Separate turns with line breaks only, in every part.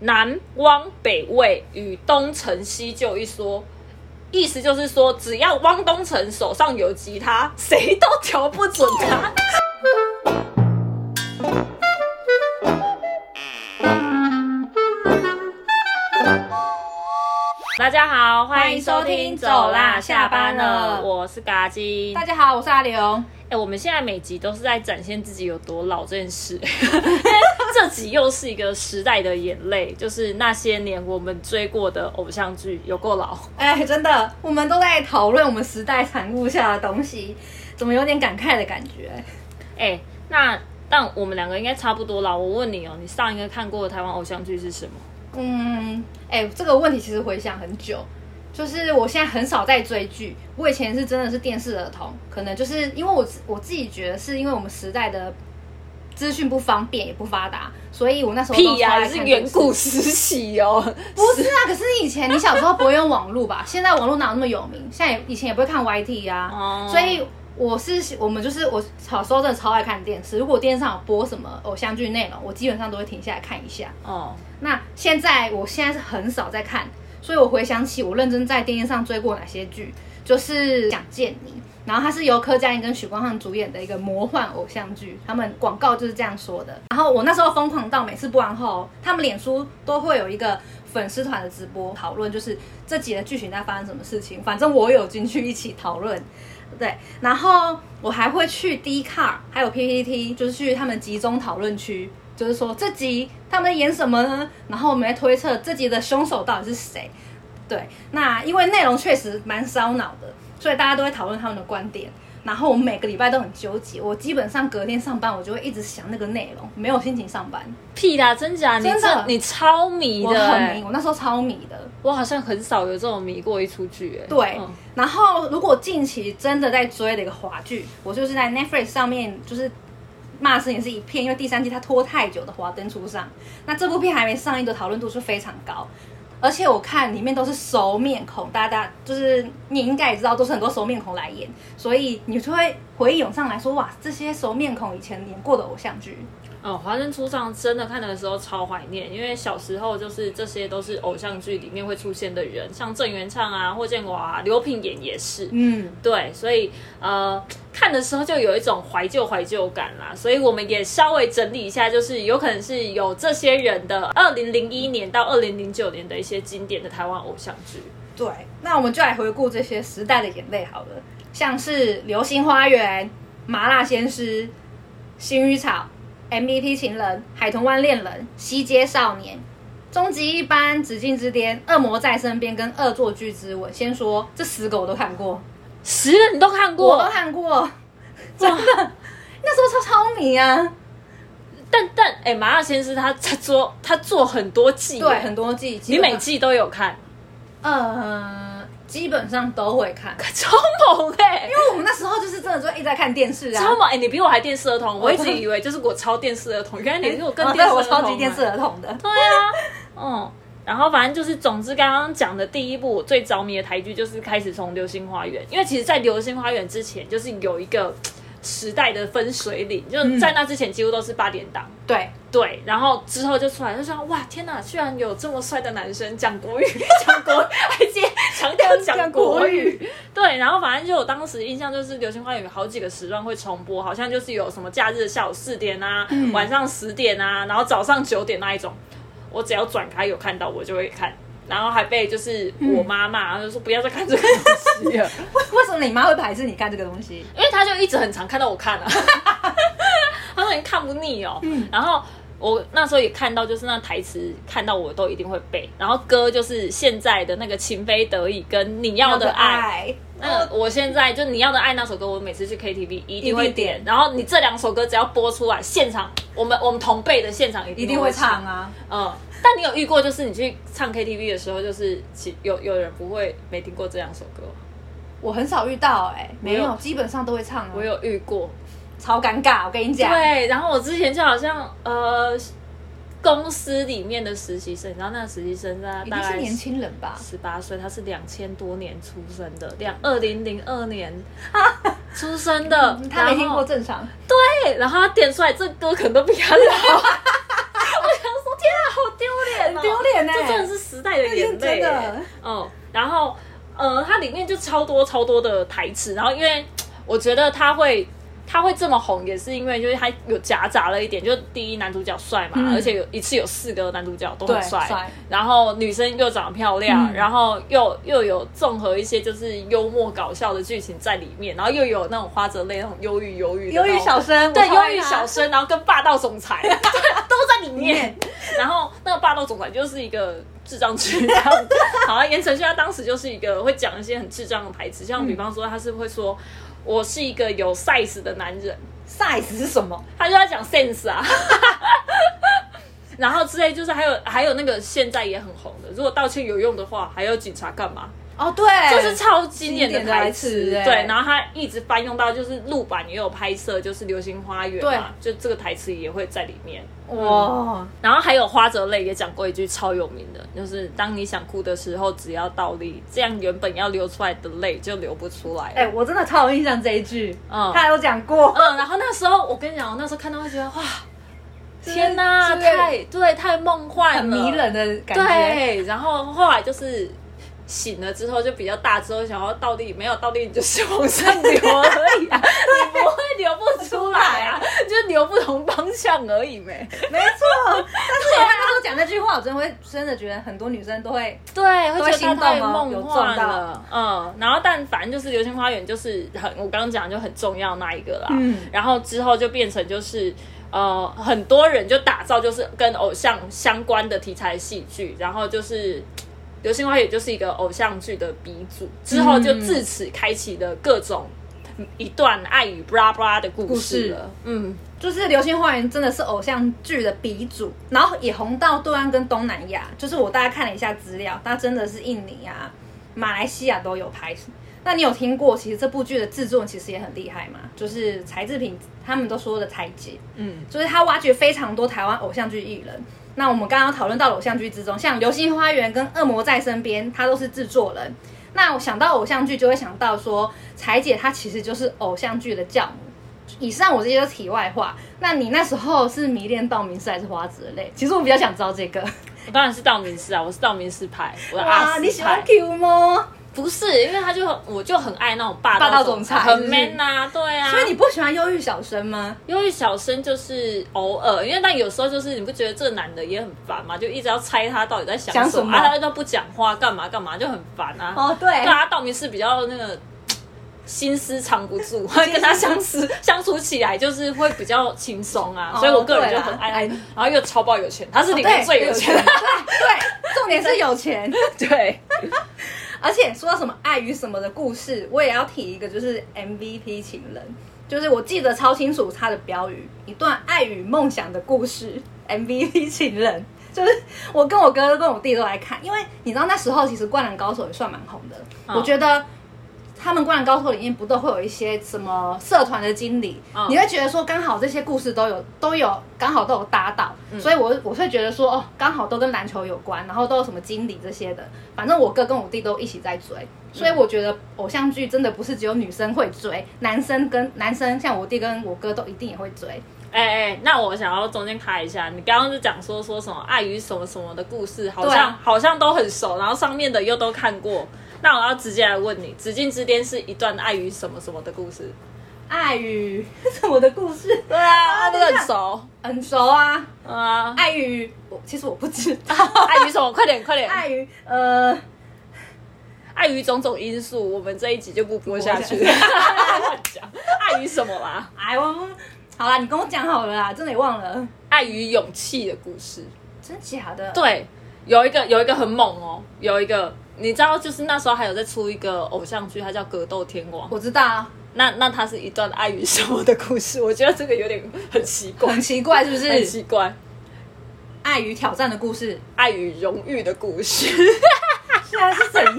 南汪北魏与东陈西就一说，意思就是说，只要汪东城手上有吉他，谁都调不准他。大家好，哦欢迎收听《走啦，下班了》，我是嘎金。
大家好，我是阿刘。
哎、我们现在每集都是在展现自己有多老这件事， 因为这集又是一个时代的眼泪，就是那些年我们追过的偶像剧有够老。
哎，真的，我们都在讨论我们时代产物下的东西，怎么有点感慨的感觉？
哎、那但我们两个应该差不多老。我问你哦、你上一个看过的台湾偶像剧是什么？
嗯，哎，这个问题其实回想很久，就是我现在很少在追剧，我以前是真的是电视儿童，可能就是因为我自我自己觉得是因为我们时代的资讯不方便也不发达，所以我那时候都
屁呀、
超爱
是远
看电视
古时期哦、
不是啊，可是以前你小时候不会用网络吧？现在网络哪有那么有名？现在也以前也不会看 YT 啊，
哦
所以我是我们就是我小时候真的超爱看电视。如果电视上有播什么偶像剧内容，我基本上都会停下来看一下。
哦，
那现在我现在是很少在看，所以我回想起我认真在电视上追过哪些剧，就是《想见你》，然后它是由柯佳嬿跟许光汉主演的一个魔幻偶像剧，他们广告就是这样说的。然后我那时候疯狂到每次播完后，他们脸书都会有一个。粉丝团的直播讨论就是这集的剧情在发生什么事情，反正我有进去一起讨论，对，然后我还会去 D Car，还有 PPT，就是去他们集中讨论区，就是说这集他们在演什么呢？然后我们来推测这集的凶手到底是谁。对，那因为内容确实蛮烧脑的，所以大家都会讨论他们的观点。然后我每个礼拜都很纠结，我基本上隔天上班我就会一直想那个内容，没有心情上班。
屁啦，真假？你
真的
这你超迷
我
的、
很迷，
欸，
我那时候超迷的。
我好像很少有这种迷过一出剧、欸。
对，
嗯
然后如果近期真的在追的一个华剧，我就是在 Netflix 上面就是骂声也是一片，因为第三季它拖太久的《华灯初上》，那这部片还没上映的讨论度是非常高，而且我看里面都是熟面孔，大家就是你应该也知道，都是很多熟面孔来演，所以你就会回忆涌上来说，哇，这些熟面孔以前演过的偶像剧，
哦，华灯初上真的看的时候超怀念，因为小时候就是这些都是偶像剧里面会出现的人，像郑元畅啊、霍建华、啊、刘品言也是。
嗯，
对，所以呃，看的时候就有一种怀旧怀旧感啦，所以我们也稍微整理一下，就是有可能是有这些人的二零零一年到二零零九年的一些经典的台湾偶像剧。
对，那我们就来回顾这些时代的眼泪好了，像是《流星花园》《麻辣鲜师》《星与草》《MVP 情人》《海豚湾恋人》《西街少年》《终极一班》《紫禁之巅》《恶魔在身边》跟《恶作剧之吻》。先说这十个我都看过，
十个你都看
我都
过，
看过，真的，那时候超超迷啊，
但但哎、麻辣鲜师他他做他做很多季，
对，很多季，基
你
本上
每季都有看，
呃基本上都会看，
超猛哎、
因为我们那时候就是真的就一直在看电视啊，
超猛！哎、你比我还电视儿童，我一直
真的
以为就是我超电视儿童，原 来你比我更
哦
电视
对
儿童、
我超级电视
哎。
儿童的。
对啊，嗯。然后反正就是，总之刚刚讲的第一部我最着迷的台剧就是开始从《流星花园》，因为其实，在《流星花园》之前，就是有一个时代的分水岭，就是
嗯
在那之前几乎都是八点档。
对，
对，然后之后就出来就说哇天哪，居然有这么帅的男生讲国语，讲国语， 还接强调讲国 语。对，然后反正就我当时印象就是《流星花园》有好几个时段会重播，好像就是有什么假日的下午四点啊，晚上十点啊，然后早上九点那一种，我只要转开有看到我就会看。然后还被就是我妈骂，然后就说不要再看这个东西了，
为为什么你妈会排斥你看这个东西？
因为他就一直很常看到我看啊， 他说你看不腻哦。然后我那时候也看到，就是那台词看到我都一定会背，然后歌就是现在的那个情非得已跟你要的爱。那
哦，
我现在就你要的爱那首歌，我每次去 KTV 一定会
一
点
定点。
然后你这两首歌只要播出来，现场我们我们同辈的现场一定
一定会唱。啊。
嗯，但你有遇过就是你去唱 KTV 的时候，就是其有有人不会没听过这两首歌吗，
我很少遇到哎、
我
没
有
有，基本上都会唱啊。
我有遇过。
超尴尬，我跟你讲，
对，然后我之前就好像呃，公司里面的实习生，你知道那个实习生在
一
大
定是
概
年轻人吧？
十八岁，他是两千多年出生的，两二零零二 年出生的，
嗯他没听
然后
过正常，
对， 然后他点出来这歌可能都比他老。我想说，天啊，好丢脸哦！
丢呢、
这真的是时代的眼泪、
真的
嗯，然后呃，它里面就超多超多的台词，然后因为我觉得他会。他会这么红，也是因为就是他有夹杂了一点，就是第一男主角帅嘛，
嗯
而且有一次有四个男主角都很
对帅
然后女生又长得漂亮，
嗯
然后又又有综合一些就是幽默搞笑的剧情在里面，然后又有那种花泽类那种忧郁忧郁的
忧
那种
郁小生，
对，
我超爱啊
忧郁
他
小生，然后跟霸道总裁 对都在里 面
面。
然后那个霸道总裁就是一个智障区，这样子好啊像言承旭他当时就是一个会讲一些很智障的台词，像比方说他是会说。我是一个有 size 的男人，
size 是什么？
他就在讲 sense 啊， 然后之类就是还有还有那个现在也很红的，如果道歉有用的话，还有警察干嘛？
哦，对，
就是超哎经典的台
经
词，
典的台词
对
哎，
然后他一直翻用到就是陆版也有拍摄，就是《流星花园》嘛，就这个台词也会在里面。嗯
哇，
然后还有花泽类也讲过一句超有名的，就是当你想哭的时候，只要倒立，这样原本要流出来的泪就流不出来了。
哎、我真的超有印象这一句，
嗯
他有讲过，
嗯，然后那时候我跟你讲，我那时候看到会觉得哇，
就是
天哪，
就是
太对，太梦幻了，
很迷人的感觉。
对，然后后来就是醒了之后就比较大之后，想要倒立，没有倒立你就是往上流而已啊，你不会流不出来 啊，就流不同方向而已没。
没错， 但是我看到时候讲那句话，我真的会真的觉得很多女生都会
对，
会
会觉
心
得
动
它太
吗
梦
有中
幻
到
了，嗯，然后但反正就是《流星花园》就是很我刚刚讲就很重要那一个啦，
嗯
然后之后就变成就是。呃，很多人就打造就是跟偶像相关的题材戏剧，然后就是《流星花园》就是一个偶像剧的鼻祖，之后就
嗯
自此开启了各种一段爱与布拉布拉的故
故
事
事
了。嗯，
就是《流星花园》真的是偶像剧的鼻祖，然后也红到对岸跟东南亚。就是我大概看了一下资料，它真的是印尼啊、马来西亚都有拍。那你有听过？其实这部剧的制作人其实也很厉害嘛，就是柴智屏他们都说的柴姐，
嗯，
就是他挖掘非常多台湾偶像剧艺人。那我们刚刚讨论到了偶像剧之中，像《流星花园》跟《恶魔在身边》，他都是制作人。那我想到偶像剧，就会想到说，柴姐她其实就是偶像剧的教母。以上我这些都题外话。那你那时候是迷恋道明寺还是花泽类？其实我比较想知道这个。
我当然是道明寺啊，我是道明寺派，我的阿
哇，
斯
你喜
派
欢 Q 吗？
不是，因为他就很我就很爱那种霸
霸道
总
总裁
很
是不是
man 啊，对啊。
所以你不喜欢忧郁小生吗？
因为小生就是偶尔，因为但有时候就是你不觉得这男的也很烦嘛，就一直要猜他到底在想
想
什
什
么，
么
啊、他都不讲话，干嘛干嘛就很烦啊。
哦，对，
对啊，道明寺比较那个心思藏不住， 跟他相思相处起来就是会比较轻松啊，
哦
所以我个人就很爱他
对啦，哦
然后又超爆有钱，他是里面
对，
最有钱
对
的，
对，重点是有钱。
对。
而且说到什么爱与什么的故事，我也要提一个，就是 MVP 情人，就是我记得超清楚他的标语：一段爱与梦想的故事。MVP 情人，就是我跟我哥跟我弟都来看，因为你知道那时候其实《灌篮高手》也算蛮红的，
嗯
我觉得。他们《灌篮高手》里面不都会有一些什么社团的经理，
嗯
你会觉得说刚好这些故事都有都有刚好都有搭到，
嗯
所以我我会觉得说哦，刚好都跟篮球有关，然后都有什么经理这些的，反正我哥跟我弟都一起在追，所以我觉得偶像剧真的不是只有女生会追，男生跟男生像我弟跟我哥都一定也会追，
哎、哎、那我想要中间卡一下，你刚刚是讲说说什么碍于什么什么的故事，好
对啊
像、好像都很熟，然后上面的又都看过。那我要直接来问你，《紫禁之巅》是一段碍于什么什么的故事？
爱与 什么的故事
对啊，不
等
是
一
很
下
熟
很熟啊，
啊？
爱与我其实我不知 道，
碍于什么？快点，快点！
爱与呃。
碍于种种因素，我们这一集就不播下去。
不播
乱讲，碍于什么啦？
哎，我不好啦，你跟我讲好了啦，真的也忘了，
碍于勇气的故事。
真假的？，
对，有一个有一个很猛哦，有一个你知道，就是那时候还有在出一个偶像剧，它叫《格斗天王》。
我知道啊，
那那它是一段爱与什么的故事？我觉得这个有点很奇怪，
很奇怪是不
很
是？
奇怪，
爱与挑战的故事，
爱与荣誉的故 事。
现在是怎 样？硬要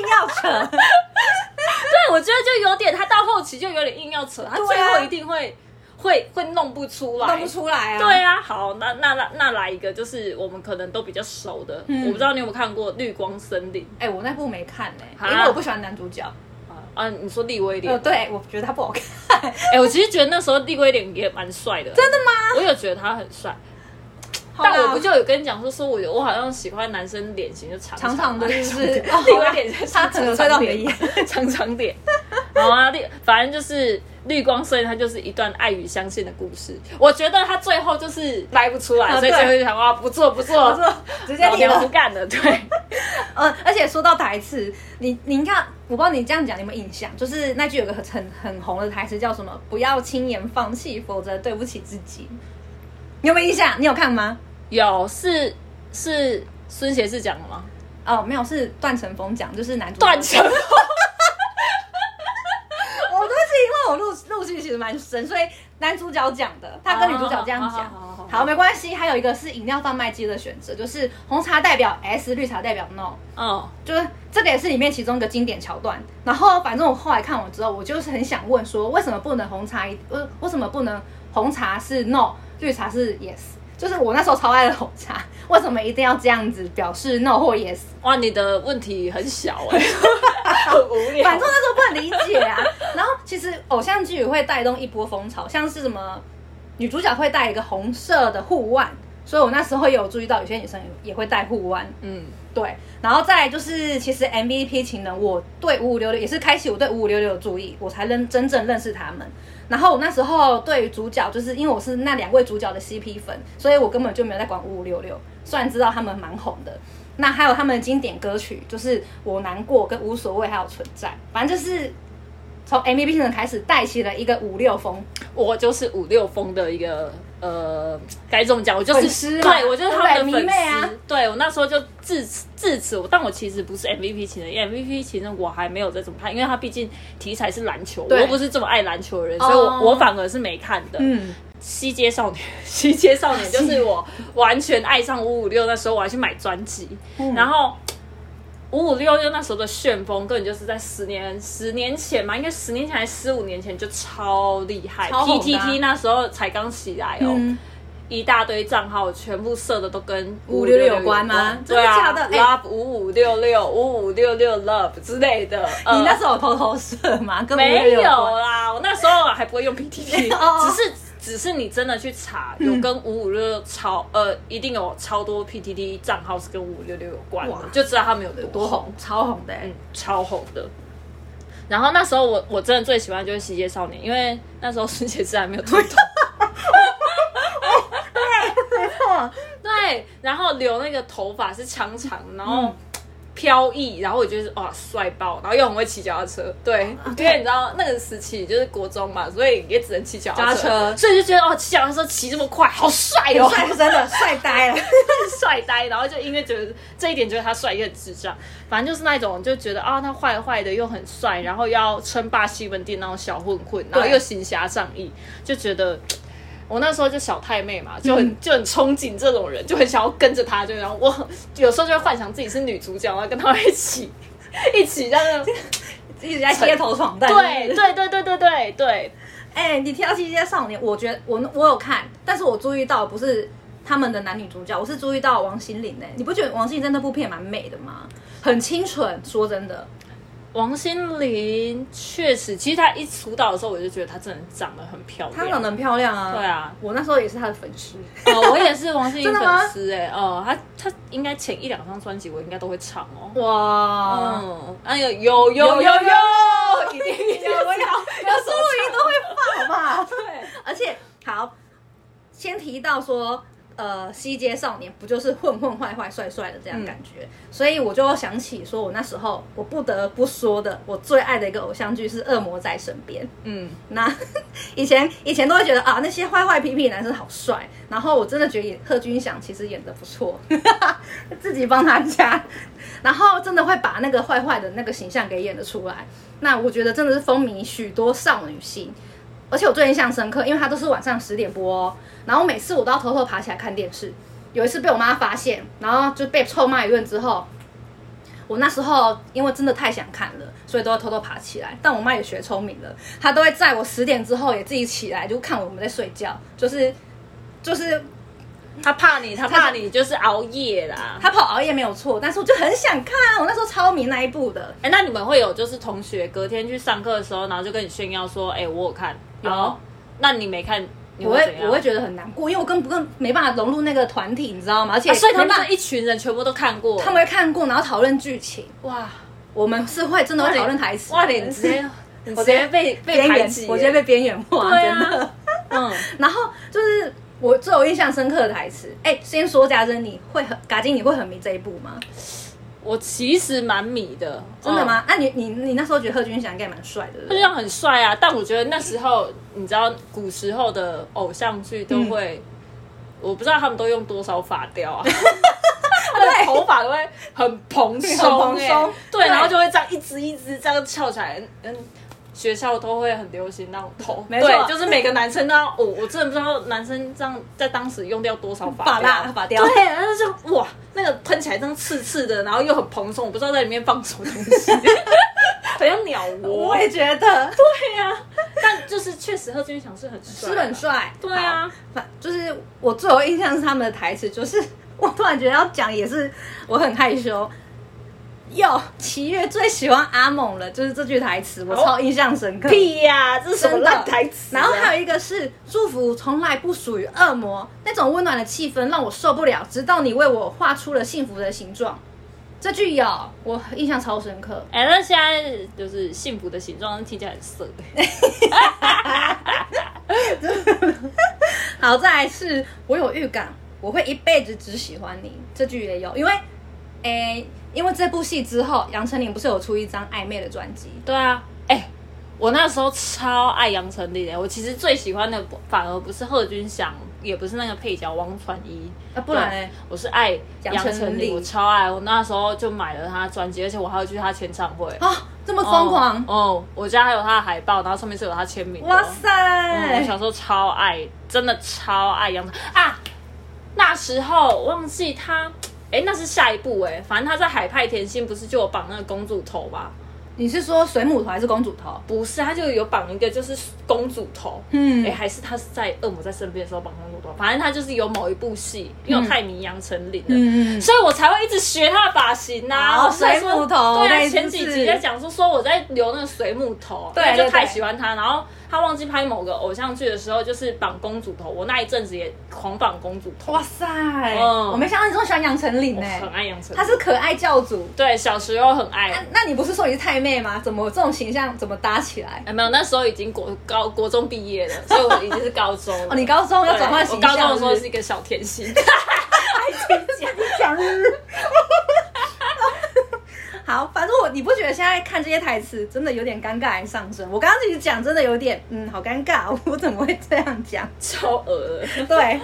硬要扯，
对，我觉得就有点，他到后期就有点硬要扯，他
对
最
啊
后一定会、会会弄不出来，
弄不出来啊。
对，啊，好，那那那那来一个，就是我们可能都比较熟的，
嗯
我不知道你有没有看过《绿光森林
哎、我那部没看呢、
啊
因为我不喜欢男主角。》
啊？你说利威廉
呃，？对，我觉得他不好 看。
哎、我其实觉得那时候利威廉也蛮帅的，真的吗？我有觉得他很帅。但我不就有跟你讲说，说我有我好像喜欢男生脸型就长
长长的，
嘛
是不是？ 哦
另外一点就是
他可能吹到你的
长
眼。
长长点。好啊，绿，反正就是绿光森，它就是一段爱与相信的故事。我觉得他最后就是掰不出来，
啊
所以
对
最后就想哇，不错不错，
我说 直接
老
立
娘不
了。
干了。对，
呃，而且说到台词，你你看，我不知道你这样讲你有没有印象，就是那句有个很很很红的台词叫什么？不要轻言放弃，否则对不起自己。你有没有印象？你有看吗？
有是是孙协是讲的吗？
哦，没有，是段成峰讲，就是男主 角
断层，
我都是因为我录录剧其实蛮深，所以男主角讲的，他跟女主角这样
哦好
讲。
好好好
好，没关系。还有一个是饮料贩卖机的选择，就是红茶代表 S，绿茶代表 No，
嗯，
就是这个也是里面其中一个经典桥段。然后反正我后来看完之后，我就是很想问说，为什么不能红茶一？呃，为什么不能红茶是 No，绿茶是 Yes？就是我那时候超爱的红茶，为什么一定要这样子表示 No 或 Yes？
哇，你的问题很小哎、很无聊。
反正那时候不能理解啊。然后其实偶像剧也会带动一波风潮，像是什么女主角会带一个红色的护腕，所以我那时候也有注意到有些女生也会带护腕。
嗯，
对，然后再来就是，其实 MVP 情人，我对五五六六也是开启我对五五六六的注意，我才认真正认识他们。然后我那时候对于主角，就是因为我是那两位主角的 CP 粉，所以我根本就没有在管五五六六。虽然知道他们蛮红的，那还有他们的经典歌曲，就是《我难过》跟《无所谓》还有《存在》，反正就是从 MVP 情人开始带起了一个五六风。
我就是五六风的一个呃，该怎么讲？我就
粉
是
丝嘛
对我就是他们的
对
粉
迷
丝。
妹啊
对我那时候就自此自此，但我其实不是 MVP 情人因为，MVP 情人我还没有在怎么看，因为他毕竟题材是篮球，我
对
又不是这么爱篮球的人，所以我、
哦
我反而是没看的。
嗯，
西街少年，西街少年就是我完全爱上五五六，那时候我还去买专辑，
嗯
然后。五五六六那时候的旋风，根本就是在十年十年前嘛，应该十年前还是十五年前就超厉害、
超
p
红的
t
啊
t 那时候才刚起来哦，
嗯
一大堆账号全部设的都跟
556有关吗
对啊
真的假的哎
，Love 五五六六五五六六 Love 之类的。呃
你那时候有偷偷射吗？跟
没有
556关
啦，我那时候还不会用 PTT，
哦嗯
只是只是你真的去查，有跟五五六六超呃，一定有超多 PTT 账号是跟五五六六有关的
哇，
就知道他们有
多
多
红，超红的、欸
嗯，超红的。然后那时候我我真的最喜欢就是《西街少年》，因为那时候孙杰志还没有出头。哦 对，然后留那个头发是长长，然后
嗯
飘逸，然后我觉得哇帅爆，然后又很会骑脚踏车。啊对，因为你知道那个时期就是国中嘛，所以也只能骑脚踏
脚踏车
所以就觉得哦骑脚踏车骑这么快，好帅哦，
帅真的帅呆 了。
帅呆，然后就因为觉得这一点觉得他帅也很智障，反正就是那种就觉得啊他坏坏的又很帅，然后又要称霸西门町那种小混混，然后又行侠仗义，就觉得。我那时候就小太妹嘛，就
嗯
很就很憧憬这种人，就很想要跟着他，就然后我有时候就会幻想自己是女主角，然后跟他一起一起这样子。
一直在街头闯荡。
对，对对对对对对，
哎、你挑起一些少年，我觉得我我有看，但是我注意到不是他们的男女主角，我是注意到王心凌哎、你不觉得王心凌在那部片蛮美的吗？很清纯，说真的，
王心凌确实，其实她一出道的时候，我就觉得她真的长得很漂亮。
她长得很漂亮啊。
对，啊，
我那时候也是她的粉丝。
哦，我也是王心凌
真的吗
粉丝哎、哦，他他应该前一两张专辑我应该都会唱哦。
哇，
嗯，哎呦有有有有，一定一定
有有
要说
终于都会放吧。
对，
而且好，先提到说，呃，西街少年不就是混混坏坏帅帅的这样感觉，所以我就想起说，我那时候我不得不说的，我最爱的一个偶像剧是《恶魔在身边》。
嗯，
那 以前以前都会觉得啊，那些坏坏痞痞男生好帅，然后我真的觉得贺军翔其实演的不错， 自己帮他加，然后真的会把那个坏坏的那个形象给演得出来。那我觉得真的是风靡许多少女心，而且我最印象深刻，因为它都是晚上十点播、哦，然后每次我都要偷偷爬起来看电视。有一次被我妈发现，然后就被臭骂一顿之后，我那时候因为真的太想看了，所以都会偷偷爬起来。但我妈也学聪明了，她都会在我十点之后也自己起来，就看我们在睡觉，就是就是
他怕你，他怕你就是熬夜啦。
她跑熬夜没有错，但是我就很想看，我那时候超迷那一部的。
哎、那你们会有就是同学隔天去上课的时候，然后就跟你炫耀说，哎、我有看，
有
然后那你没看，你
我
会怎
会
样
我会觉得很难过，因为我根本更没办法融入那个团体，你知道吗？而且
啊，所以他
没
们
办
是
法
一群人全部都看过，欸
他们会看过，然后讨论剧情。
哇
我们是会真的会讨论台词，
哇，你直接你直接被被
边
排
缘
挤，，欸
我觉得被边缘化，
对
真
啊
的。
嗯，
然后就是我最有印象深刻的台词，哎、先说家珍，你会很嘎金，你会很迷这一部吗？
我其实蛮迷的，
真的
嗯
吗？那、啊你你你那时候觉得贺军翔应该蛮帅的，对不
他就
对？
像很帅啊，但我觉得那时候你知道，古时候的偶像剧都
嗯
会，我不知道他们都用多少发雕 啊，他的头发都会很蓬
很
松、
蓬
欸，
松
对，
对
然后就会这样一只一只这样翘起来，嗯。学校都会很流行那种头，
没错
对，就是每个男生都要，我、我真的不知道男生这样在当时用掉多少发
发
蜡
蜡发雕
对，然后就哇，那个喷起来这样刺刺的，然后又很蓬松，我不知道在里面放什么东 西， 很像鸟窝。
我也觉得
对呀、 但就是确实贺军翔是很帅，
啊是很。帅，
对啊
好，反就是我最有印象是他们的台词，就是我突然觉得要讲也是我很害羞。哟，七月最喜欢阿猛了，就是这句台词，我
好
超印象深刻。
屁呀、这是 什么
真的
烂台词啊、
然后还有一个是祝福从来不属于恶魔，那种温暖的气氛让我受不了，直到你为我画出了幸福的形状。这句有我印象超深刻，
哎、那现在就是幸福的形状听起来很色。
好，再来是我有预感我会一辈子只喜欢你，这句也有，因为，诶，因为这部戏之后，杨丞琳不是有出一张暧昧的专辑，
对啊，哎、我那时候超爱杨丞琳的，我其实最喜欢的不反而不是贺军翔，也不是那个配角王传一，
啊，不然
对
呢？
我是爱
杨
杨丞
丞
琳，
琳
我超爱，我那时候就买了他专辑，而且我还要去他签唱会。
啊、这么 疯狂，
哦！哦，我家还有他的海报，然后上面是有他签名的哦。
哇
嗯
塞！
我小时候超爱，真的超爱杨丞啊！那时候忘记他，哎、那是下一部哎、反正他在海派甜心不是就有绑那个公主头吗？
你是说水母头还是公主头？
不是，他就有绑一个就是公主头，哎、
嗯
还是他是在恶魔在身边的时候绑公主头，反正他就是有某一部戏，因为我太迷杨丞琳了。
嗯，
所以我才会一直学他的发型呐、
哦
我才说
水母头
对
那
啊，
一次
前几集在讲说说我在留那个水母头，啊
对
因为就
对
太
对
喜欢他。然后他忘记拍某个偶像剧的时候，就是绑公主头，我那一阵子也狂绑公主头，
哇
哇，
塞！
嗯
我没想到你这么喜欢杨丞琳
我
呢、
很爱杨丞琳
她。是可爱教主。
对，小时候很爱。
那那你不是说你是太妹吗？怎么这种形象怎么搭起来？
哎，没有，那时候已经国高国中毕业了， 所以我已经是高中了。
哦，你高中要
对
转换
我
形
高
象
中的时候
是
是一个小甜心。
讲日。 好，反正我你不觉得现在看这些台词真的有点尴尬还上升？我刚刚自己讲真的有点，嗯，好尴尬， 我怎么会这样讲？
超恶的。
对，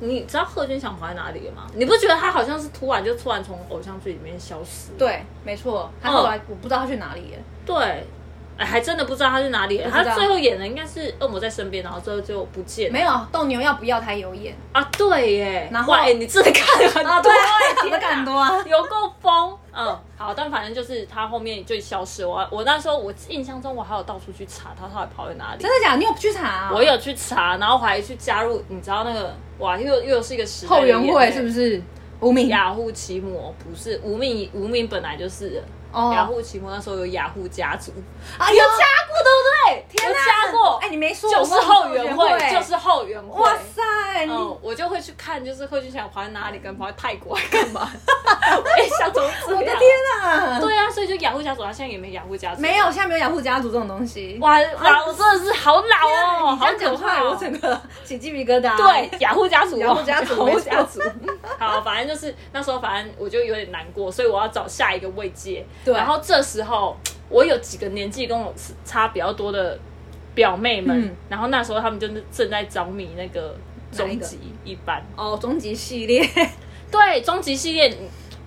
你知道贺军翔跑在哪里了吗？你不觉得他好像是突然就突然从偶像剧里面消失？
对，没错。他后
嗯
来我不知道他去哪里耶。
对，哎，还真的不知道他去哪里了。
不知道
他最后演的应该是《恶魔在身边》，然后最后就不见了
没有斗牛要不要他有演
啊。对耶，
然后
哇，哎你真的看了很多，
啊？对啊，
天 哪
我敢多啊。
有够疯。嗯，好，但反正就是他后面就消失。我我那时候我印象中我还有到处去查他到底跑去哪里
真。的假的？你有去查啊？
我有去查，然后还去加入，你知道那个哇，又又是一个时代
后援会是
是？
不是？无名
雅虎奇摩不是无名，无名本来就是的
哦
雅虎奇摩那时候有雅虎家族，
啊，有加
过对不对？
天
有
哪
加过，
哎，你没说，
就是
我忘了
后援会，就是后援会。
哇塞，你
嗯，我就会去看，就是会去想跑在哪里，跟跑在泰国还干 嘛？我也想怎么这
我的
样
天。哪！
对啊，所以就雅虎家族，他现在也没雅虎家族。
没有，现在没有养护家族这种东西。
哇哇，我真的是好老哦，
你这
好
样
可
讲出来
怕
我
哦。
整个 起鸡皮疙瘩。
对，雅虎家族哦，
雅虎家族
雅虎
没错
家族。 好，反正就是那时候，反正我就有点难过，所以我要找下一个慰藉。
对
然后这时候，我有几个年纪跟我差比较多的表妹们，
嗯
然后那时候他们就是正在着迷那个
哪一
终
个
极一班，
哦，终极 系列
对，终极系列。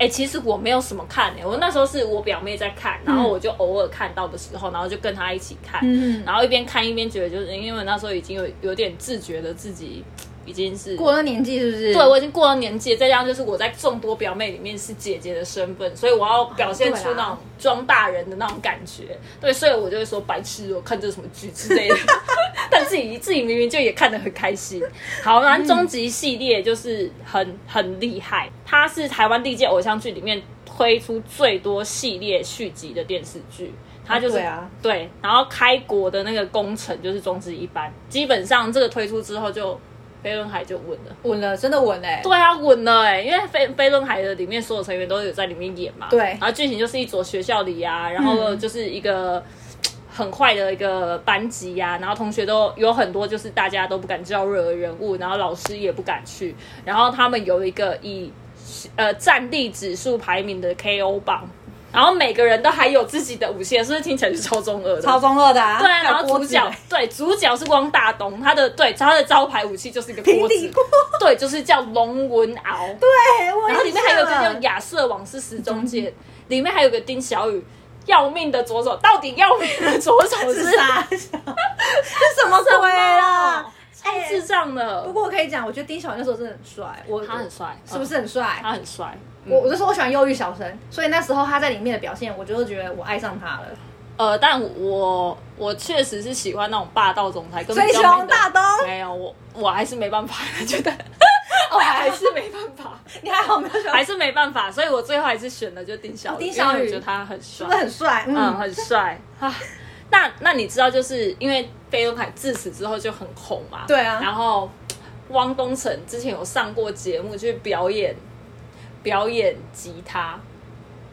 哎、其实我没有什么看哎、我那时候是我表妹在看，然后我就偶尔看到的时候，然后就跟她一起看，
嗯
然后一边看一边觉得，就是因为那时候已经有有点自觉的自己已经是
过了年纪是不是？
对，我已经过了年纪，再加上就是我在众多表妹里面是姐姐的身份，所以我要表现出
对啦
那
啊
种装大人的那种感觉。对，所以我就会说白痴，我看这什么剧之 类的。 但自己自己明明就也看得很开心。好，然后终
嗯
极系列就是很很厉害，它是台湾历届偶像剧里面推出最多系列续集的电视剧。他就是、
对啊
对然后开国的那个工程就是中职一班，基本上这个推出之后就飞轮海就稳了。
稳了，欸真的稳嘞、
对啊，稳了哎、因为飞飞轮海的里面所有成员都有在里面演嘛。
对嗯
然后剧情就是一所学校里啊，然后就是一个。很坏的一个班级呀、然后同学都有很多，就是大家都不敢招惹的人物，然后老师也不敢去，然后他们有一个以呃战力指数排名的 KO 榜，然后每个人都还有自己的武器，是不是听起来就超中二的？
超中二的啊！
对啊，然
还有
后
锅
主
子
角
嘞
对主角是汪大东，他的对他的招牌武器就是一个锅
平
子
底锅，
对，就是叫龙纹鳌。对，
对，欸啊我
然后里面还有一个叫
印象了
亚瑟王是石中介，里面还有个丁小雨，要命的左手，到底要命的左 手是
自杀，这什么鬼啊哎啦？
超智障的
不，过我可以讲，我觉得丁小那时候真的很帅，我
他很，帅，
是不
嗯？
是很帅？
他很帅，嗯
我我就说我喜欢忧郁小生，所以那时候他在里面的表现，我就觉得我爱上他了。
呃，但我我确实是喜欢那种霸道总裁，根
所
本
以喜
就
欢大东，
没有我，我还是没办法，觉 得
哦，还
还
是
是没办法。
你还好没有喜 欢，
还是没办法，所以我最后还是选了就丁小
哦
雨，
丁小
因
雨
为我觉得他很帅
真的，很帅，
嗯，
嗯，
很帅啊。那那你知道，就是因为飞轮海自此之后就很红嘛，
对啊
然后汪东城之前有上过节目去表演表演吉他，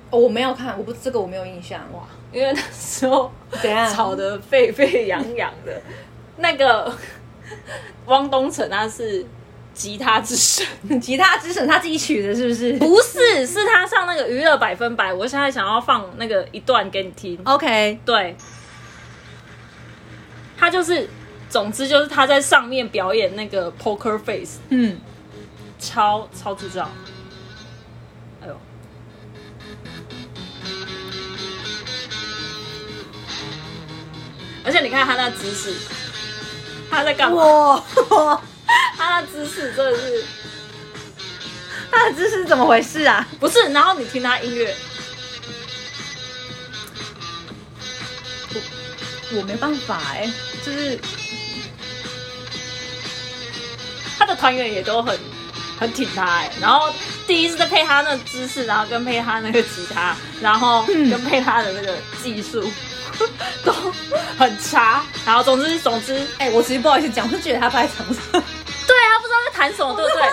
哦我没有看，我不这个我没有印象，
哇，因为那时候
怎样？
吵得沸沸扬扬的。那个 汪东城他是吉他之神，
吉他之神他自己取的，是不是
不是，是他上那个娱乐百分百。我现在想要放那个一段给你听。
？OK，
对，他就是，总之就是他在上面表演那个 Poker Face，
嗯，
超超智障。哎呦，而且你看他那姿势，他在干嘛？
哇，
他那姿势真的是
他的姿势怎么回事啊？
不是？然后你听他音乐，
我没办法
欸
哎，就是
他的团员也都很很挺他哎、然后第一是在配他那个姿势，然后跟配他那个吉他，然后
嗯
跟配他的那个技术、 都很差，然后总之总之，
哎、我其实不好意思讲，我就觉得他摆在场 上，
对他啊不知道在弹什么，对不
什
对？
么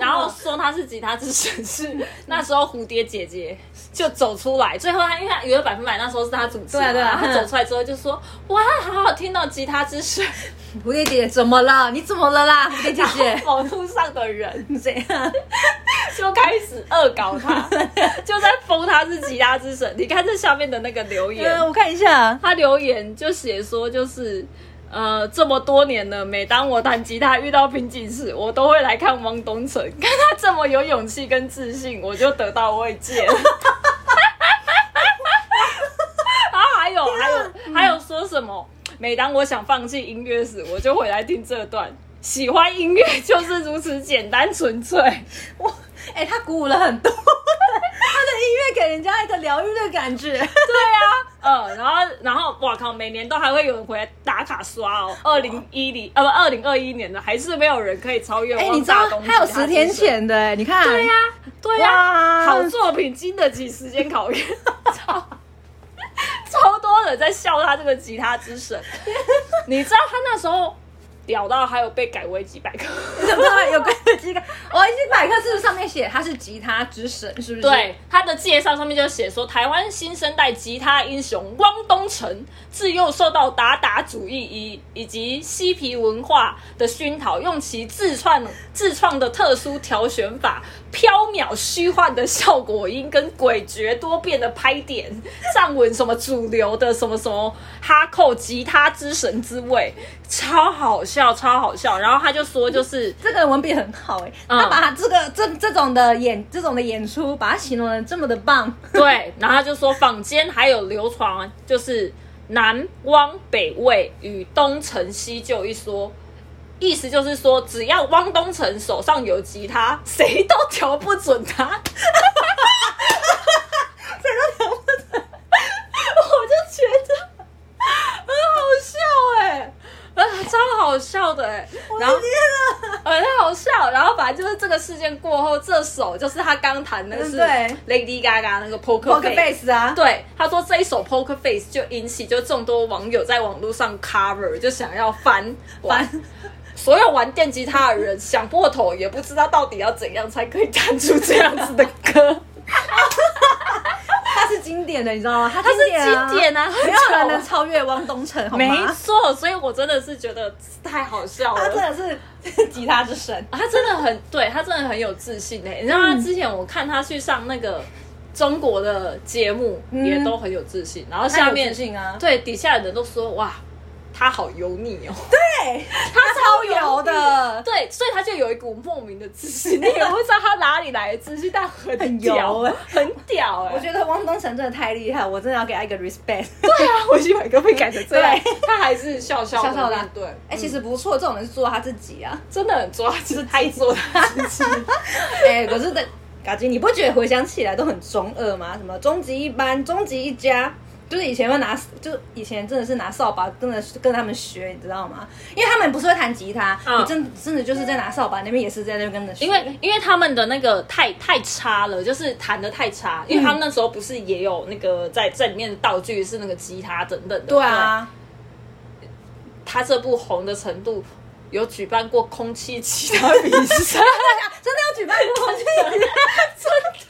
然后说他是吉他之神是那时候蝴蝶姐姐就走出来，最后他因为他娱乐百分百那时候是他主持嘛，
对啊对啊
他走出来之后就说哇，好好听哦，吉他之神，
蝴蝶姐姐怎么了？你怎么了啦？蝴蝶姐 姐，
网络上的人。
你 怎样？
就开始恶搞他，就在封他是吉他之神。你看这下面的那个留言，
呃我看一下，
他留言就写说，就是呃，这么多年了，每当我弹吉他遇到瓶颈时，我都会来看汪东城， 看他这么有勇气跟自信，我就得到慰藉了。 然后还有还有还有说什么？每当我想放弃音乐时，我就回来听这段。喜欢音乐就是如此简单纯粹。
我 哎、他鼓舞了很多，他的音乐给人家一个疗愈的感觉。
呃，然后然后，哇靠，每年都还会有人回来打卡刷哦。二零一零呃不，二零二一年的还是没有人可以超越。
哎、你知道还有十天。前的、哎，你看，
对呀、对呀、
哇
好作品经得起时间考验。 超超多人在笑他这个吉他之 神，你知道他那时候屌到还有被改为几百科。
怎么有关的吉他？我一经百科是不是上面写他是吉他之神？是不是？
对，他的介绍上面就写说，台湾新生代吉他英雄汪东城，自幼受到达达主义以以及嬉皮文化的熏陶，用其自创自创的特殊调弦法、飘渺虚幻的效果音跟诡谲多变的拍点，站稳什么主流的什么什么哈扣吉他之神之位，超好笑，超好笑。然后他就说，就是。
这个文笔很好哎、
嗯
他把他这个这这种的演这种的演出，把它形容的这么的棒，
对，然后他就说坊间还有流传，就是南汪北魏与东城西就一说，意思就是说，只要汪东城手上有吉他，谁都调不准他。谁都调不准。我就觉得很好笑欸呃哎、啊，超好笑的哎、然后很好笑，然后反来就是这个事件过后，这首就是他刚弹那个是
对
Lady Gaga 那个 Poker Face。
Poker Face 啊，
对，他说这一首 Poker Face 就引起就众多网友在网络上 cover，就想要翻翻。所有玩电吉他的人想破头，也不知道到底要怎样才可以弹出这样子的 歌。
它是经典的，你知道吗？它
它是
啊
经典啊，
没有人能
很久
超越汪东城，好
没
吗？
错，所以我真的是觉得太好笑
他
了
真。的是 吉他之神，
他真的很对他真的很有自信哎、你知道
嗯
他之前我看他去上那个中国的节目，
嗯
也都很有自信，然后下
他有
面
自信啊
对底下的人都说哇。他好油腻哦，
对，他超油的，
对，所以他就有一股莫名的自信，你也不知道他哪里来的自信，但很
很油
屌
欸
很屌哎、
我觉得汪东城真的太厉害，我真的要给他一 个 respect。
对啊，我去买歌被改成这样，他还是笑笑
笑笑的
的面对，
哎，其实不错，这种人是做他自 己啊。
真的很抓，就是太做他自己，
哎，可是的，嘎吉，你不觉得回想起来都很中二吗？什么终极一班、终极一家。就是以前会拿，就是以前真的是拿扫把跟着跟他们学，你知道吗？因为他们不是会弹吉他，
嗯
你真真的就是在拿扫把，那边也是在那边跟着学。
因为因为他们的那个太太差了，就是弹的太差，因为他们那时候不是也有那个在在里面的道具是那个吉他等等的。
对啊，
对，他这部红的程度有举办过空气吉他比赛，
真的要举办过空气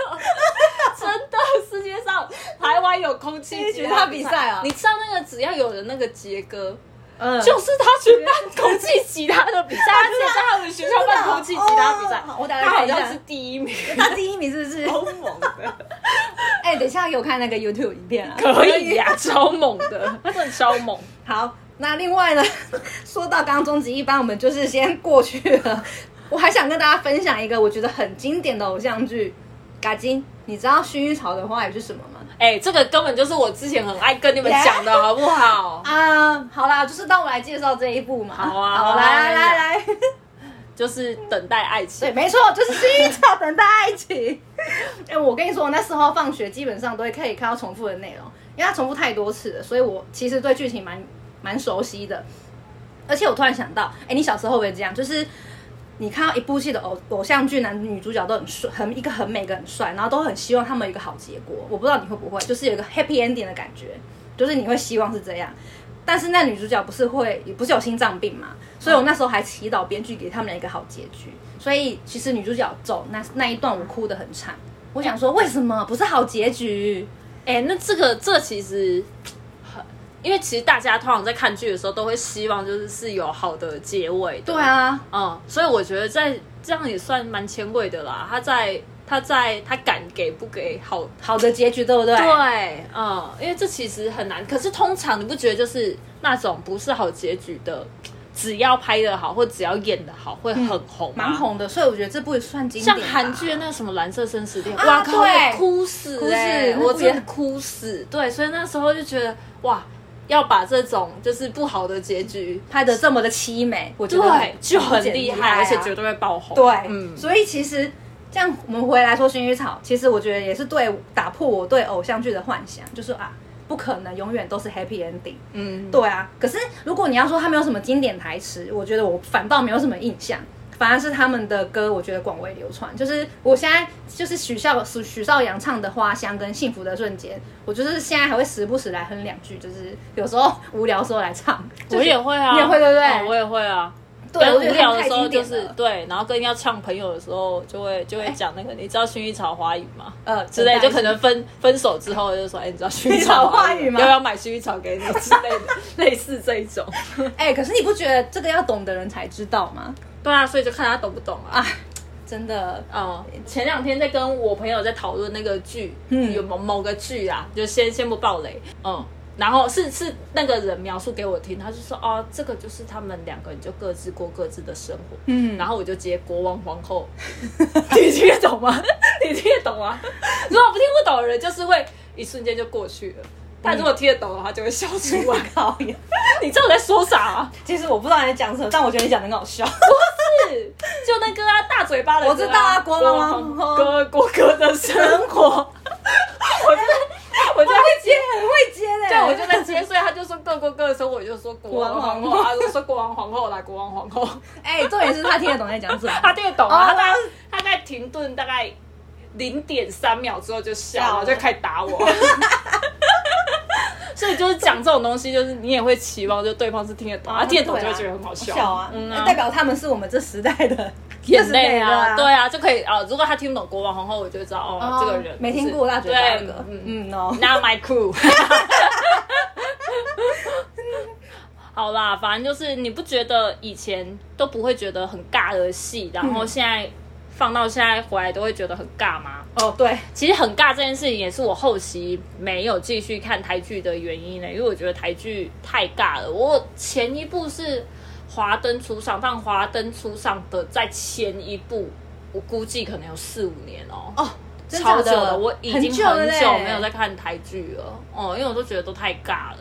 真的世界上台湾有空气吉他
吉他比赛啊
你知道那个只要有人那个杰哥，
嗯，
就是他举办空气吉他的比赛， 他之前在他们学校办空气吉他比赛
哦，我打 来
他好
看一
像是哦
下，
第一名，
他第一名是不是？
超猛的。
哎、等一下给我看那个 YouTube 影片啊。
可以呀、 超猛的，他真的超猛。
好，那另外呢， 说到刚刚终极一班，我们就是先过去了。 我还想跟大家分享一个我觉得很经典的偶像剧《嘎金》，你知道薰衣草的花语是什么吗？
哎、这个根本就是我之前很爱跟你们讲的，好不好？
啊、好啦，就是当我来介绍这一部嘛。
好啊
好
好啊
来来来来，
就是等待爱
对，
情。
没错，就是薰衣草等待爱情。 哎、我跟你说，我那时候放学基本上都会可以看到重复的内容，因为它重复太多次了，所以我其实对剧情蛮蛮熟悉的。而且我突然想到，哎、你小时候会不会这样？就是你看到一部戏的偶偶像剧，男女主角都很帅，很一个很美，一个很帅，然后都很希望他们有一个好结果。我不知道你会不会，就是有一个 happy ending 的感觉，就是你会希望是这样。但是那女主角不是会，也不是有心脏病嘛，所以我那时候还祈祷编剧给他们俩一个好结局。所以其实女主角走那那一段，我哭得很惨。我想说，为什么不是好结局？
哎、那这个这其实很，因为其实大家通常在看剧的时候都会希望就是是有好的结尾的。
对，啊，
嗯，所以我觉得在这样也算蛮前卫的啦。他在他在他敢给不给好
好的结局，对不对？
对，嗯，因为这其实很难。可是通常你不觉得就是那种不是好结局的，只要拍的好或只要演的好，会很红、
蛮。红的，所以我觉得这部也算经典
像
吧。
韩剧的那个什么《蓝色生死恋》，
啊
哇靠，
对
我哭死、
哭死
欸，
那部
我真
也
的哭死。对，所以那时候就觉得哇，要把这种就是不好的结局，
拍的这么的凄美，我觉得
对，就很厉
厉
害，
啊
而且绝对会爆红。
对，
嗯，
所以其实这样我们回来说薰衣草，其实我觉得也是对打破我对偶像剧的幻想，就是啊，不可能永远都是 happy ending。
嗯，
对啊，可是如果你要说他没有什么经典台词，我觉得我反倒没有什么印象。反而是他们的歌，我觉得广为流传。就是我现在就是许绍许许绍洋唱的《花香》跟《幸福的瞬间》，我就是现在还会时不时来哼两句，就是有时候无聊的时候来唱。
我也会啊，
你也会对不对
嗯我也会啊。
对，我
跟无
觉得他
聊
们
的
太
时候
经
就
典
是
了。
对，然后跟要唱朋友的时候就会就会讲那个，你知道薰衣草花语吗？
呃，
之类，就可能分分手之后就说，哎，你知道薰衣草花
薰衣草花语
语吗？
吗
要不要买薰衣草给你之类 的，类似这一种。
哎、可是你不觉得这个要懂的人才知道吗？
对啊，所以就看他懂不懂啊。
真的，
哦，前两天在跟我朋友在讨论那个剧，
嗯
有某某个剧啊，就先先不爆雷，嗯。然后是是那个人描述给我听，他就说哦，这个就是他们两个人就各自过各自的生活，
嗯，
然后我就接国王皇 后，你听得懂吗？ 你听得懂吗？如果不听不懂的人，就是会一瞬间就过去了。
嗯
但如果听得懂的话，就会笑出 来。
靠呀！
你知道我在说啥、啊？
其实我不知道你在讲什么，但我觉得你讲的很好 笑。
是，就那个啊，大嘴巴的歌、
我知道啊国王皇后
哥国歌的生活。我就在，我就在接，
很会接的
对，我就在接，所以他就说各过各的时候，我就说国王皇后，
国王皇后
他就说国王皇后啦，国王皇后，
哎、重点是他听得懂在讲什么。
他听得懂啊，
哦
他大概他在停顿大概零点三秒之后就笑
笑
了，
了
就开始打我。所以就是讲这种东西，就是你也会期望，就对方是听得懂，
啊
他听得懂就会觉得很好笑
啊笑啊，
嗯
代表他们是我们这时代的
眼 泪啊，
啊，
对啊，就可以啊。如果他听不懂国王皇后，我就会知道哦
哦，，
这个人
没听
就是
过大嘴巴
对
的，
嗯
嗯哦，
Not my crew 好啦，反正就是你不觉得以前都不会觉得很尬的戏，然
嗯
后现在放到现在回来都会觉得很尬吗？
哦对，
其实很尬这件事情也是我后期没有继续看台剧的原因呢、因为我觉得台剧太尬了。我前一部是《华灯初上》，但《华灯初上》的在前一部，我估计可能有四五年哦、
哦，真
超久
假
的，
的，
我已经很
久了嘞
久没有在看台剧了。哦，因为我都觉得都太尬了。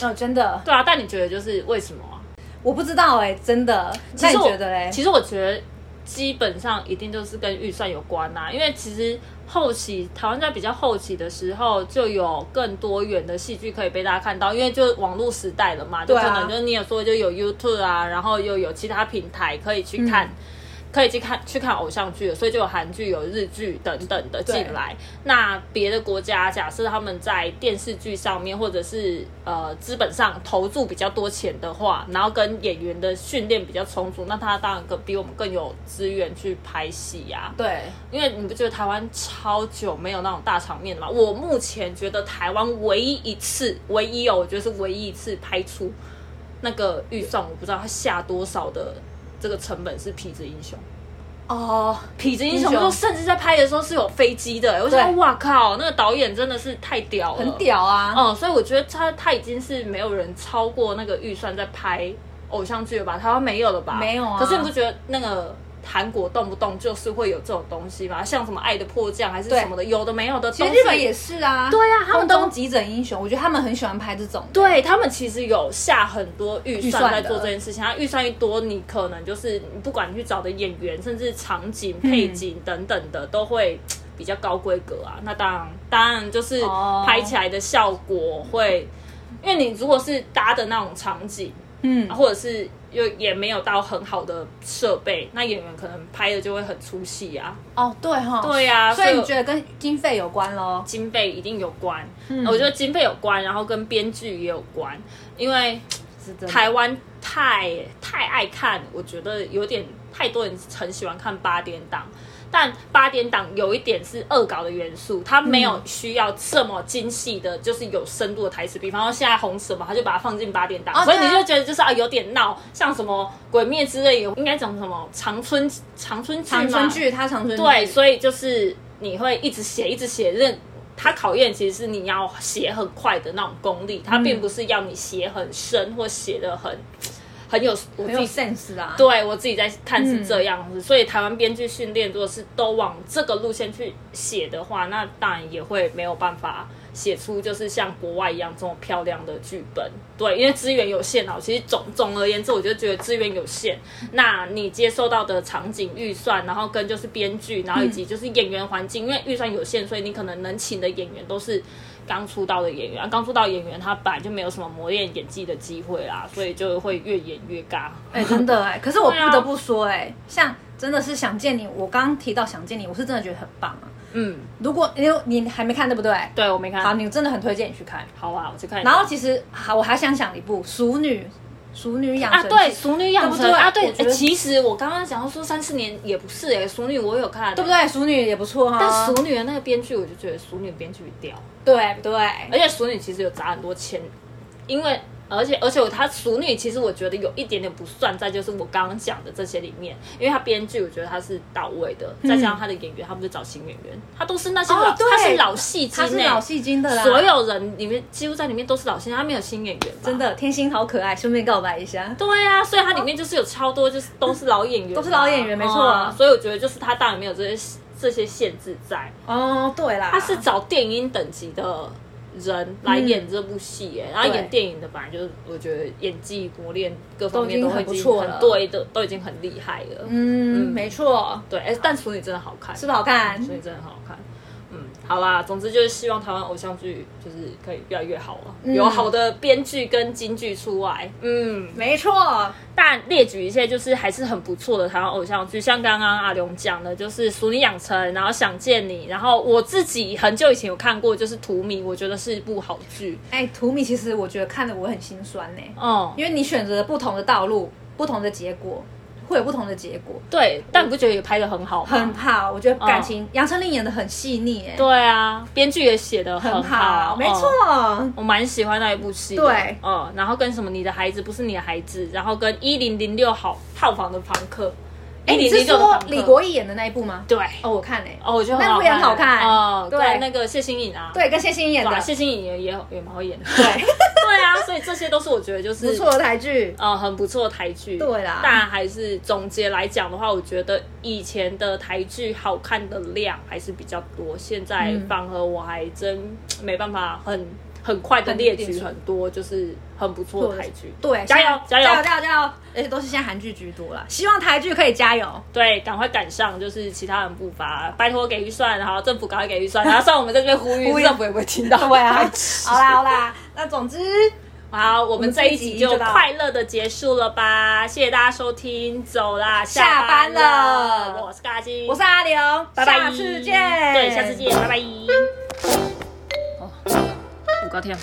哦，真的，
对啊，但你觉得就是为什么啊？
我不知道哎，真的，
其
那
实
你
我
觉得嘞？
其实我觉得基本上一定就是跟预算有关呐、因为其实后期台湾在比较后期的时候，就有更多元的戏剧可以被大家看到，因为就网络时代了嘛，就
对
可
啊
能就你也说就有 YouTube 啊，然后又有其他平台可以去
嗯
看。可以去看去看偶像剧了，所以就有韩剧、有日剧等等的进来。那别的国家假设他们在电视剧上面或者是呃资本上投注比较多钱的话，然后跟演员的训练比较充足，那他当然更比我们更有资源去拍戏呀、
对，
因为你不觉得台湾超久没有那种大场面了吗？我目前觉得台湾唯一一次，唯一哦，我觉得是唯一一次拍出那个预算，我不知道他下多少的这个成本是《痞子英雄》。
哦，
痞子英
英
雄
雄
说，甚至在拍的时候是有飞机的、我
对
想说，哇靠，那个导演真的是太屌了，
很。屌啊，
嗯，所以我觉得他他已经是没有人超过那个预算在拍偶像剧了吧？台湾没有了吧？
没有啊
可是你不觉得那个韩国动不动就是会有这种东西吗？像什么《爱的迫降》还是
对
什么的，有的没有的
其
东
实
西。
日本也是啊，
哦对啊他们都
空中急诊英雄，我觉得他们很喜欢拍这种，
对他们其实有下很多预
预
算
算
在
的
做这件事情，他预算一多，你可能就是你不管你去找的演员，甚至场景、配景等等的，都会嘖比较高规格啊。那当然，当然就是
哦
拍起来的效果会，因为你如果是搭的那种场景，
嗯，
或者是又也没有到很好的设备，那演员可能拍的就会很出戏啊。
哦，对哈，
对呀、
所以你
我
觉得跟经费有关喽？
经费一定有关，我觉得经费有关，然后跟编剧也有关，因为
是真的
台湾太太爱看，我觉得有点太多人很喜欢看八点档。但八点档有一点是恶搞的元素，它没有需要这么精细的，就是有深度的台词。比方说现在红什么，他就把它放进八点档，
哦
所以
对
你
啊
就觉得就是啊有点闹，像什么《鬼灭》之类，应该讲什么长春长春剧吗
长春剧，他长春剧
对，所以就是你会一直写，一直写，认它考验其实是你要写很快的那种功力，它
嗯
并不是要你写很深或写的很很有我
很
自
有
己。
sense 啊，
对我自己在看是这样子，所以台湾编剧训练如果是都往这个路线去写的话，那当然也会没有办法写出就是像国外一样这么漂亮的剧本。对，因为资源有限啊，其实总总而言之，我就觉得资源有限，那你接受到的场景预算，然后跟就是编剧，然后以及就是演员环境，因为预算有限，所以你可能能请的演员都是。刚出道的演员，啊刚出道演员他本来就没有什么磨练演技的机会啦，所以就会越演越尬。
哎、真的 哎、可是我
对啊
不得不说哎、像真的是想见你，我刚刚提到想见你，我是真的觉得很棒啊。
嗯，
如果因为你还没看对不对？
对，我没看。
好，你真的很推荐你去看。
好啊，我去看一下。
然后其实好，我还想想一部《熟女》，《熟女养
啊，
成
对
记》，
《熟女养
对
成
不》对
啊，对，
我觉
哎
得
其实我刚刚讲到说三四年也不是哎，《熟女》我有看，
对不？对？《熟女》也不错哈。啊
但《熟女》的那个编剧，我就觉得《熟女》编剧屌，
对对，
而且《熟女》其实有砸很多钱，因为。而且而且我他《熟女》其实我觉得有一点点不算在就是我刚刚讲的这些里面，因为他编剧我觉得他是到位的，再加上他的演员，他不是找新演员，他都是那些老、
哦对
他是老戏精
她哦是
欸
老戏精啊的啦。
所有人里面几乎在里面都是老戏精，他没有新演员吧，
真的天心好可爱，顺便告白一下。
对啊，所以它里面就是有超多，就是都是老演员嘛，
都是老演员没错啊
嗯所以我觉得就是它当然没有这些这些限制在，
哦，对啦，
它是找电影等级的人来演这部戏耶、然后
对
演电影的本来就是我觉得演技磨练各方
都已
面
经
都
很
已经
不错
很
了
对的，都已经很厉害了。
嗯，没错，
对，哎、但《熟女》真的好看，
是不是好看
嗯？所以真的很好看。嗯，好啦，总之就是希望台湾偶像剧就是可以越来越好了，
嗯
有好的编剧跟金剧出来。嗯，
没错，
但列举一些就是还是很不错的台湾偶像剧，像刚刚阿龙讲的，就是《熟女养成》，然后《想见你》，然后我自己很久以前有看过，就是《荼蘼》，我觉得是一部好剧。
哎，图米其实我觉得看的我很心酸呢、
哦、
因为你选择了不同的道路，不同的结果会有不同的结果。
对，但你不觉得也拍的很好吗？
很怕，我觉得感情，杨丞琳演的很细腻，哎，
对啊，编剧也写的
很哦
好，
没
嗯
错，
我蛮喜欢那一部戏的。
对
嗯，然后跟什么你的孩子不是你的孩子，然后跟一零零六号号房的房客，
哎，你是
1006的
说
房客
李国毅演的那一部吗？
对
哦，我看嘞，
哦，我觉得
那部也很好看
哦，
对
对，那个谢欣颖啊，
对，跟谢欣演
对啊，
的，
谢欣颖也也也蛮好演的，
对，
对啊，所以这些都是我觉得就是
不错的台剧，
呃，很不错的台剧。
对啦
但还是总结来讲的话，我觉得以前的台剧好看的量还是比较多，现在
嗯
反而我还真没办法很很快的列举很多，就是很不错的台剧。
对，
加油加
加
油
加油加油加油！而且都是现在韩剧居多啦，希望台剧可以加油。
对，赶快赶上，就是其他人步伐，拜托给预算，然后政府赶快给预算，然后算我们在这边呼吁，
呼吁
政府也不会听到。
对啊， 好啦好啦，那总之
好，我们这一集
我
就
们这一集就到
快乐的结束了吧，谢谢大家收听，走啦，
下
班
班了
我是嘎金，
我是阿刘，
拜拜，
下次见，
对，下次见，拜拜。哦，五高天。